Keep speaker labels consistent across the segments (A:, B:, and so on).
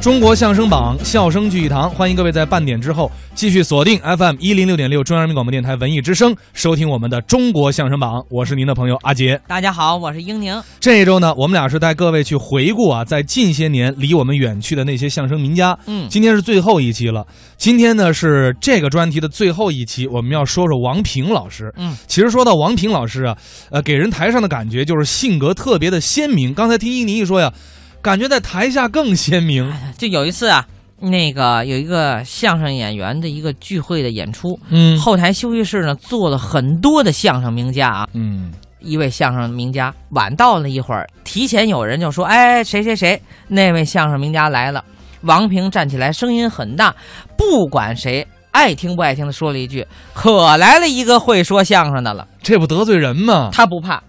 A: 中国相声榜，笑声聚一堂，欢迎各位在半点之后继续锁定 FM 一零六点六中央人民广播电台文艺之声，收听我们的《中国相声榜》，我是您的朋友阿杰。
B: 大家好，我是英宁。
A: 这一周呢，我们俩是带各位去回顾啊，在近些年离我们远去的那些相声名家。
B: 嗯
A: 今天是最后一期了，今天呢是这个专题的最后一期，我们要说说王平老师。
B: 嗯，
A: 其实说到王平老师啊，呃，给人台上的感觉就是性格特别的鲜明。刚才听伊尼一说呀，感觉在台下更鲜明。
B: 就有一次啊，那个有一个相声演员的一个聚会的演出，
A: 嗯
B: 后台休息室呢坐了很多的相声名家啊。
A: 嗯，
B: 一位相声名家晚到了一会儿，提前有人就说：“哎，谁谁谁，那位相声名家来了。”王平站起来，声音很大，不管谁爱听不爱听的说了一句：“可来了一个会说相声的了。”
A: 这不得罪人吗？
B: 他不怕，啊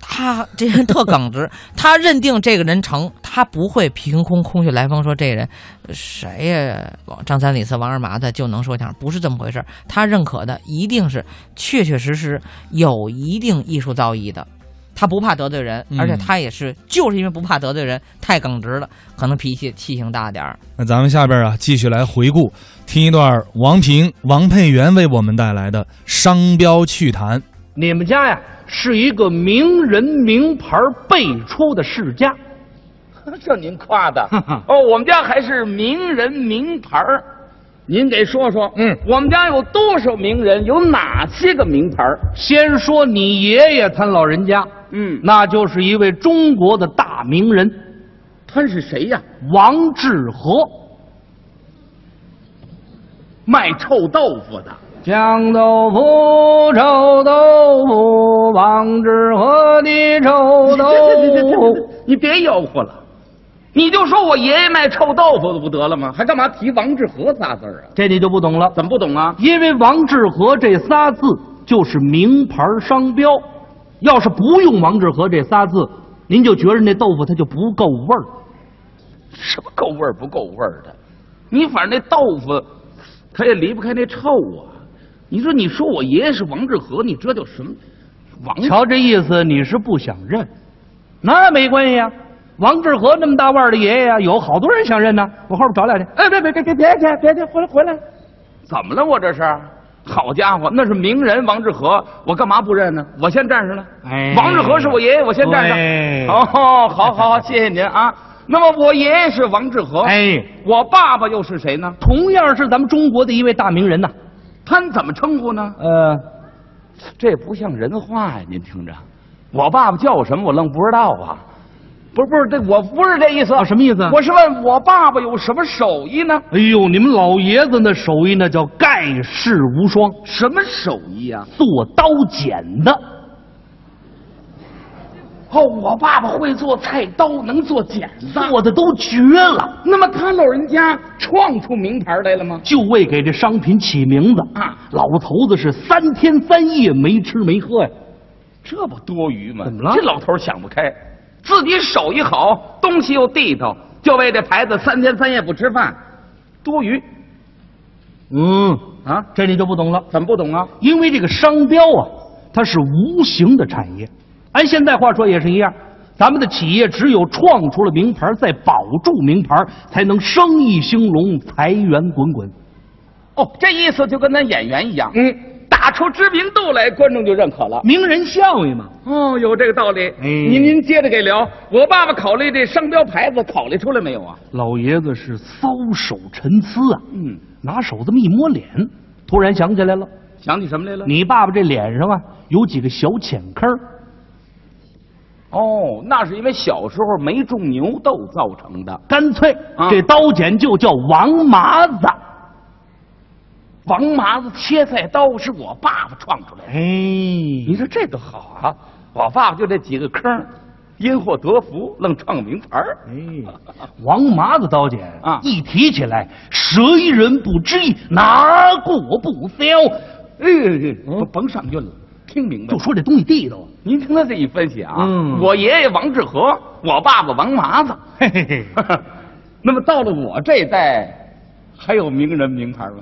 B: 他这人特耿直， 他认定这个人成，他不会凭空空穴来风说这人谁呀，王张三李四王二麻子就能说相声，不是这么回事儿。他认可的一定是确确实实有一定艺术造诣的。他不怕得罪人，
A: 嗯
B: 而且他也是，就是因为不怕得罪人，太耿直了，可能脾气气性大点儿。
A: 那咱们下边啊，继续来回顾，听一段王平、王佩元为我们带来的商标趣谈。
C: 你们家呀是一个名人名牌辈出的世家，
D: 这您夸的哦，我们家还是名人名牌儿
C: 您给说说。
D: 嗯，我们家有多少名人？有哪些个名牌儿
C: 先说你爷爷他老人家，
D: 嗯
C: 那就是一位中国的大名人
D: 他是谁呀？
C: 王致和。
D: 卖臭豆腐的。
C: 酱豆腐、臭豆腐，王致和的
D: 哦
C: 臭
D: 你别吆喝了，你就说我爷爷卖臭豆腐的不得了吗？还干嘛提王致和仨字儿啊？
C: 这你就不懂了，
D: 怎么不懂啊？
C: 因为王致和这仨字就是名牌商标，要是不用王致和这仨字，您就觉着那豆腐它就不够味儿。
D: 什么够味儿不够味儿的？你反正那豆腐，它也离不开那臭啊。你说，你说我爷爷是王致和，你这叫什么？王
C: 瞧这意思，你是不想认？那没关系呀、王致和那么大腕儿的爷爷啊，有好多人想认呢、我后边找两去。哎，别别别别别别别别，回来回来！
D: 怎么了？我这是？好家伙，那是名人王致和，我干嘛不认呢？我先站上了。
C: 哎
D: 王致和是我爷爷，我先站
C: 对
D: 上。哦，好好好，谢谢您啊。那么我爷爷是王致和，，
C: 哎，
D: 我爸爸又是谁呢？
C: 同样是咱们中国的一位大名人呐、
D: 他怎么称呼呢？
C: 呃，
D: 这不像人话呀！您听着，我爸爸叫我什么，我愣不知道啊。不是不是，这我不是这意思。
C: 啊什么意思
D: 我是问我爸爸有什么手艺呢？
C: 哎呦，你们老爷子那手艺那叫盖世无双，
D: 什么手艺啊？
C: 做刀剪的。
D: 哦，我爸爸会做菜刀，能做剪子。
C: 做的都绝了，
D: 那么他老人家创出名牌来了吗？
C: 就为给这商品起名字
D: 啊
C: 老头子是三天三夜没吃没喝呀，
D: 这不多余吗？
C: 怎么了
D: 这老头儿想不开，自己手艺好，东西又地道，就为这牌子三天三夜不吃饭，多余
C: 嗯，
D: 啊？
C: 这你就不懂了，
D: 怎么不懂啊？
C: 因为这个商标啊，它是无形的产业，按现在话说也是一样，咱们的企业只有创出了名牌，再保住名牌，才能生意兴隆，财源滚滚。
D: 哦，这意思就跟咱演员一样，
C: 嗯，
D: 打出知名度来，观众就认可了。
C: 名人效应嘛，
D: 哦，有这个道理。
C: 哎
D: 您您接着给聊。我爸爸考虑这商标牌子，考虑出来没有啊？
C: 老爷子是搔首沉思啊，
D: 嗯，
C: 拿手这么一摸脸，突然想起来了。
D: 想起什么来了？
C: 你爸爸这脸上啊有几个小浅坑儿
D: 哦，那是因为小时候没种牛豆造成的。
C: 干脆、
D: 啊
C: 这刀剪就叫王麻子。
D: 王麻子切菜刀是我爸爸创出来的。
C: 哎，你
D: 你说这多好啊！我爸爸就这几个坑儿，因祸得福，愣创名牌儿。
C: 哎，王麻子刀剪
D: 啊
C: 一提起来，谁人不知，哪过不消。嗯
D: 哎，甭上韵了，听明白
C: 就
D: 了。
C: 说这东西地道啊，
D: 您听他这一分析啊，
C: 嗯
D: 我爷爷王致和，我爸爸王麻 子。
C: 嘿嘿嘿，
D: 那么到了我这一代，还有名人名牌吗？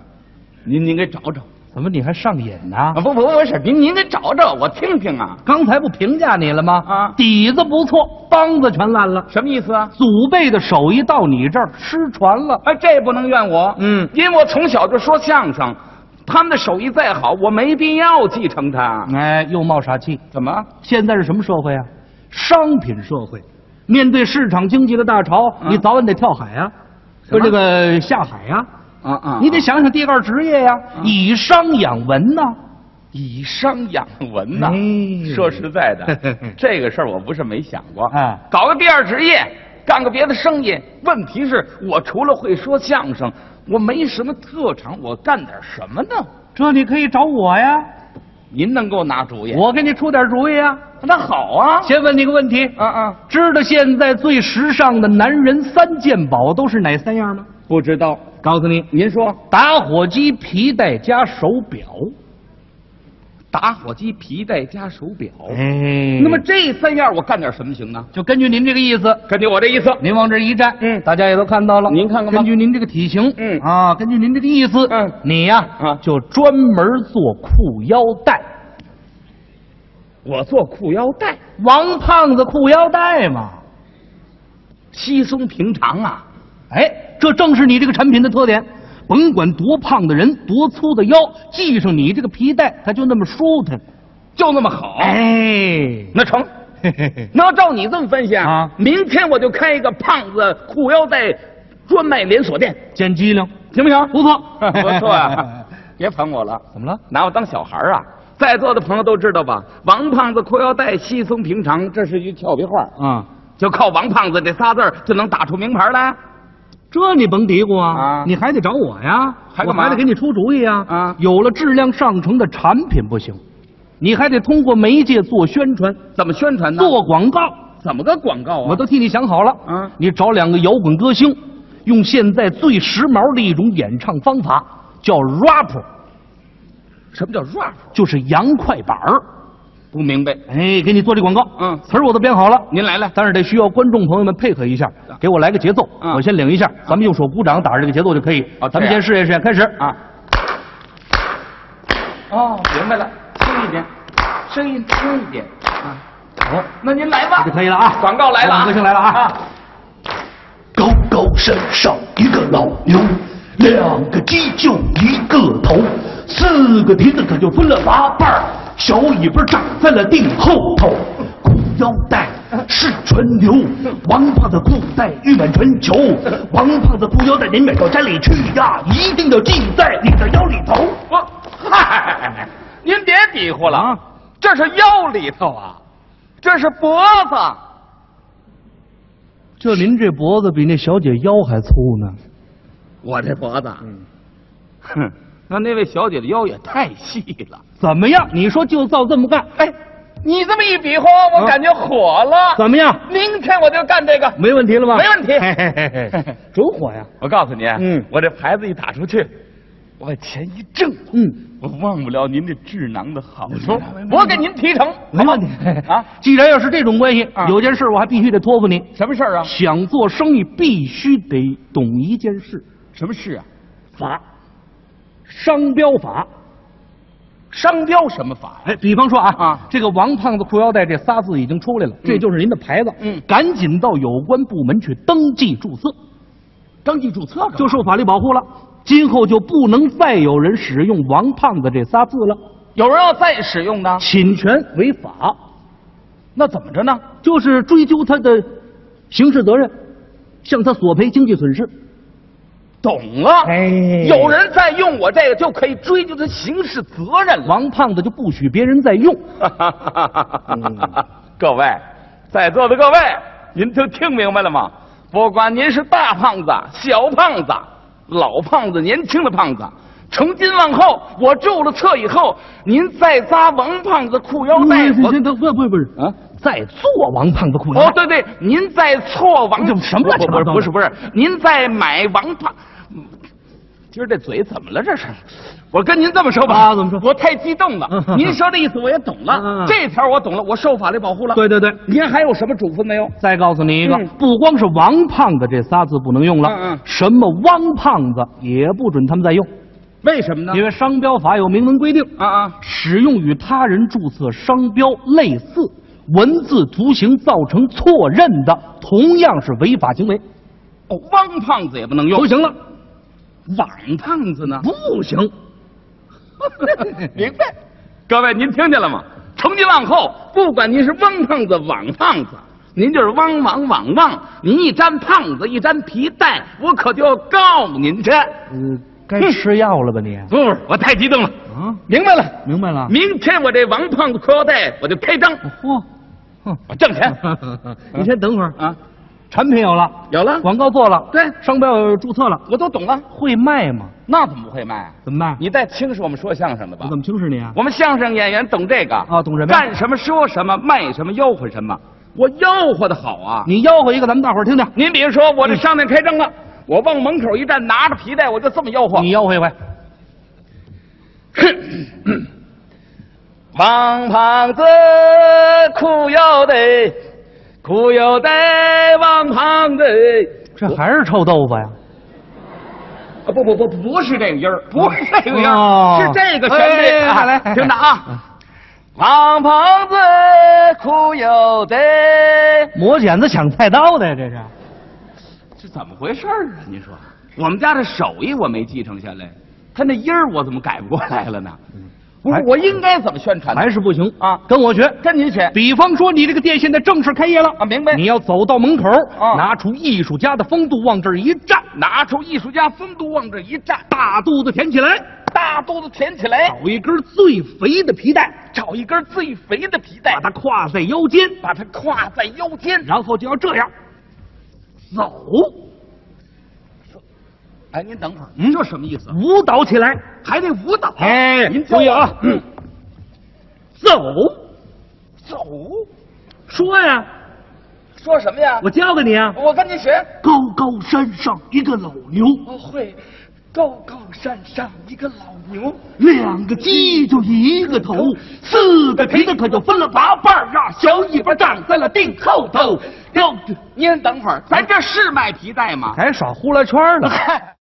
D: 您您给找找，
C: 怎么你还上瘾呢、
D: 啊，不不不是，您您给找找我听听啊，
C: 刚才不评价你了吗？
D: 啊
C: 底子不错，梆子全烂了。
D: 什么意思啊？
C: 祖辈的手艺到你这儿失传了，
D: 哎，这不能怨我，
C: 嗯
D: 因为我从小就说相声，他们的手艺再好，我没必要继承它。
C: 哎，又冒傻气。
D: 怎么？
C: 现在是什么社会啊？商品社会，面对市场经济的大潮，
D: 嗯
C: 你早晚得跳海啊，
D: 什
C: 不
D: 么
C: 是这个下海啊，
D: 啊啊
C: 你得想想第二职业呀、以商养文呐、
D: 以商养文呐、
C: 哎
D: 说实在的，这个事儿我不是没想过。
C: 啊
D: 搞个第二职业，干个别的生意。问题是我除了会说相声，我没什么特长，我干点什么呢？
C: 这你可以找我呀，
D: 您能给我拿主意？
C: 我给你出点主意啊。
D: 那好啊。
C: 先问你个问题，
D: 啊啊，
C: 知道现在最时尚的男人三件宝都是哪三样吗？
D: 不知道。
C: 告诉你，
D: 您说
C: 打火机、皮带加手表。
D: 打火机、皮带加手表，
C: 哎
D: 那么这三样我干点什么行呢？
C: 就根据您这个意思，
D: 根据我这意思，
C: 您往这一站，
D: 嗯
C: 大家也都看到了。
D: 您看看吧
C: 根据您这个体型，
D: 嗯
C: 啊，根据您这个意思，
D: 嗯
C: 你呀，
D: 啊
C: 就专门做裤腰带，
D: 我做裤腰带，
C: 王胖子裤腰带嘛。
D: 稀松平常啊。
C: 哎，这正是你这个产品的特点。甭管多胖的人，多粗的腰，
D: 哦
C: 系上你这个皮带，它就那么舒坦。
D: 就那么好。
C: 哎，
D: 那成。
C: 嘿嘿嘿，
D: 那要照你这么分析
C: 啊
D: 明天我就开一个胖子裤腰带专卖连锁 店，
C: 见机灵，
D: 行不行？，
C: 不错
D: 不错啊！别捧我了，
C: 怎么了？
D: 拿我当小孩儿啊！在座的朋友都知道吧？王胖子裤腰带稀松平常，这是一句俏皮话，
C: 啊、
D: 就靠王胖子这仨字儿就能打出名牌来。
C: 这你甭嘀咕啊，
D: 啊
C: 你还得找我呀，
D: 还
C: 我
D: 干嘛
C: 还得给你出主意啊。
D: 啊
C: 有了质量上乘的产品不行，你还得通过媒介做宣传、
D: 怎么宣传呢？
C: 做广告。
D: 怎么个广告啊？
C: 我都替你想好了。
D: 嗯
C: 你找两个摇滚歌星，用现在最时髦的一种演唱方法，叫 rap，
D: 什么叫 rap？
C: 就是洋快板儿。
D: 不明白。
C: 哎，给你做这广告。
D: 嗯
C: 词儿我都编好了。
D: 您来来，
C: 但是得需要观众朋友们配合一下，给我来个节奏，
D: 嗯
C: 我先领一下，咱们用手鼓掌打着这个节奏就可以。
D: 哦
C: 咱们
D: 这样
C: 先试验试验，开始啊。
D: 啊。哦，明白了，轻一点，声音轻一点啊。
C: 好，
D: 那您来吧
C: 就，可以了啊。
D: 广告来了啊
C: 歌星来了啊。
E: 高高山上一个老牛，两个鸡就一个头，四个蹄子可就分了八瓣儿，小尾巴长在了腚后头。裤腰带是传流，王胖子裤带誉满全球。王胖子裤腰带，您买到家里去呀，一定要系在你的腰里头。
D: 我哦嗨，您别比划了啊，这是腰里头啊，这是脖子，
C: 就您这脖子比那小姐腰还粗呢。
D: 我这脖
C: 啊
D: 子，哼，嗯那那位小姐的腰也太细了。
C: 怎么样？你说就照这么干，
D: 哎，你这么一比划，我感觉火了。
C: 啊怎么样？
D: 明天我就干这个。
C: 没问题了吧？
D: 没问题
C: 嘿嘿嘿 嘿准火呀！
D: 我告诉您，
C: 嗯
D: 我这牌子一打出去，我把钱一挣，
C: 嗯，
D: 我忘不了您这智囊的好处，嗯我给您提成，
C: 没问题
D: 啊。
C: 既然要是这种关系，
D: 啊
C: 有件事我还必须得托付你。
D: 什么事儿啊？
C: 想做生意必须得懂一件事，
D: 什么事啊？
C: 法，商标法。
D: 商标什么法呀？
C: 哎，比方说啊，
D: 啊
C: 这个王胖子裤腰带这仨字已经出来了，这就是您的牌子，
D: 嗯
C: 赶紧到有关部门去登记注册，
D: 登记注册
C: 就受法律保护了。今后就不能再有人使用“王胖子”这仨字了，
D: 有人要再使用呢，
C: 侵权违法，
D: 那怎么着呢？
C: 就是追究他的刑事责任，向他索赔经济损失。
D: 懂了，
C: 哎
D: 有人再用我这个，就可以追究他刑事责任了。
C: 王胖子就不许别人再用。
D: 啊各位，在座的各位，您都听明白了吗？不管您是大胖子、小胖子、老胖子、年轻的胖子，从今往后，我注了册以后，您再扎王胖子裤腰带，我
C: 不不不不是
D: 啊，
C: 在做王胖子裤腰
D: 哦，
C: 带。
D: 对对，您在错王
C: 这什么乱七
D: 不
C: 八糟
D: 不
C: 的
D: 不是不是，您在买王胖。今儿这嘴怎么了？这是，我跟您这么说吧，
C: 啊怎么说
D: 我太激动了。
C: 嗯
D: 您说这意思我也懂了，
C: 嗯嗯嗯
D: 这条我懂了，我受法律保护了。
C: 对对对，
D: 您还有什么嘱咐没有？
C: 再告诉你一个，
D: 嗯
C: 不光是王胖子这仨字不能用了，
D: 嗯嗯
C: 什么汪胖子也不准他们再用。
D: 为什么呢？
C: 因为商标法有明文规定
D: 啊啊
C: 使用与他人注册商标类似文字图形造成错认的，同样是违法行为，
D: 哦，汪胖子也不能用，
C: 不行了，
D: 网胖子呢？
C: 不 行。
D: 明白。各位，您听见了吗？从今往后，不管您是汪胖子、网胖子，您就是汪王网旺，您一沾胖子，一沾皮带，我可就要告您去。
C: 呃，该吃药了吧你？
D: 不是，我太激动了。
C: 啊，
D: 明白了，
C: 明白了。
D: 明天我这王胖子裤腰带我就开张，
C: 嚯，哼，
D: 我 挣钱
C: 嗯哎你先等会儿，
D: 啊！
C: 产品有了，
D: 有了，
C: 广告做了，
D: 对
C: 商标注册了，
D: 我都懂了。
C: 会卖吗？
D: 那怎么不会卖啊？
C: 怎么卖？
D: 你再轻视我们说相声的吧
C: 我？怎么轻视你啊？
D: 我们相声演员哦懂这个
C: 啊懂什么呀
D: 干什么说什么，卖什么吆喝什么。我吆喝的好啊！
C: 你吆喝一个，咱们大伙儿听听。
D: 您比如说，我这商店开张了，我往门口一站，拿着皮带，我就这么吆喝：
C: 你吆喝一回，
D: 王胖子裤腰带，裤腰带王胖子。
C: 这还是臭豆腐呀？
D: 啊不不不，不是这个音儿，不是这个音儿，
C: 哦
D: 是这个旋律。
C: 哎
D: 啊
C: 来来
D: 听着啊！王胖子裤腰带，
C: 磨剪子抢菜刀的呀，这是。
D: 这怎么回事儿啊？您说，我们家这手艺我没继承下来，他那音儿我怎么改不过来了呢？我
C: 嗯还
D: 我应该怎么宣传呢？
C: 还是不行
D: 啊
C: 跟我学。
D: 跟您学
C: 比方说，你这个店现在正式开业了
D: 啊明白
C: 你要走到门口，
D: 啊
C: 拿出艺术家的风度往这儿一站，
D: 拿出艺术家风度往这一站，
C: 大肚子填起来，
D: 大肚子填起来
C: 找，一根最肥的皮带，
D: 找一根最肥的皮带
C: 把，它嗯挎在腰间，
D: 把它挎在腰间。
C: 然后就要这样走
D: 哎，您等会儿，嗯，这什么意思？
C: 舞蹈起来。
D: 还得舞蹈？
C: 哎，
D: 您
C: 注意啊，
D: 嗯，
C: 走
D: 走，
C: 说呀，
D: 说什么呀？
C: 我教给你啊，
D: 我跟您学，
E: 高高山上一个老牛，
D: 我哦会高高山上一个老牛，嗯
E: 两个鸡就一个头，四个蹄子可就分了八瓣儿啊，小尾巴长在了腚后头。要
C: 嗯
D: 您等会儿，咱这是卖皮带吗？
C: 还耍呼啦圈呢。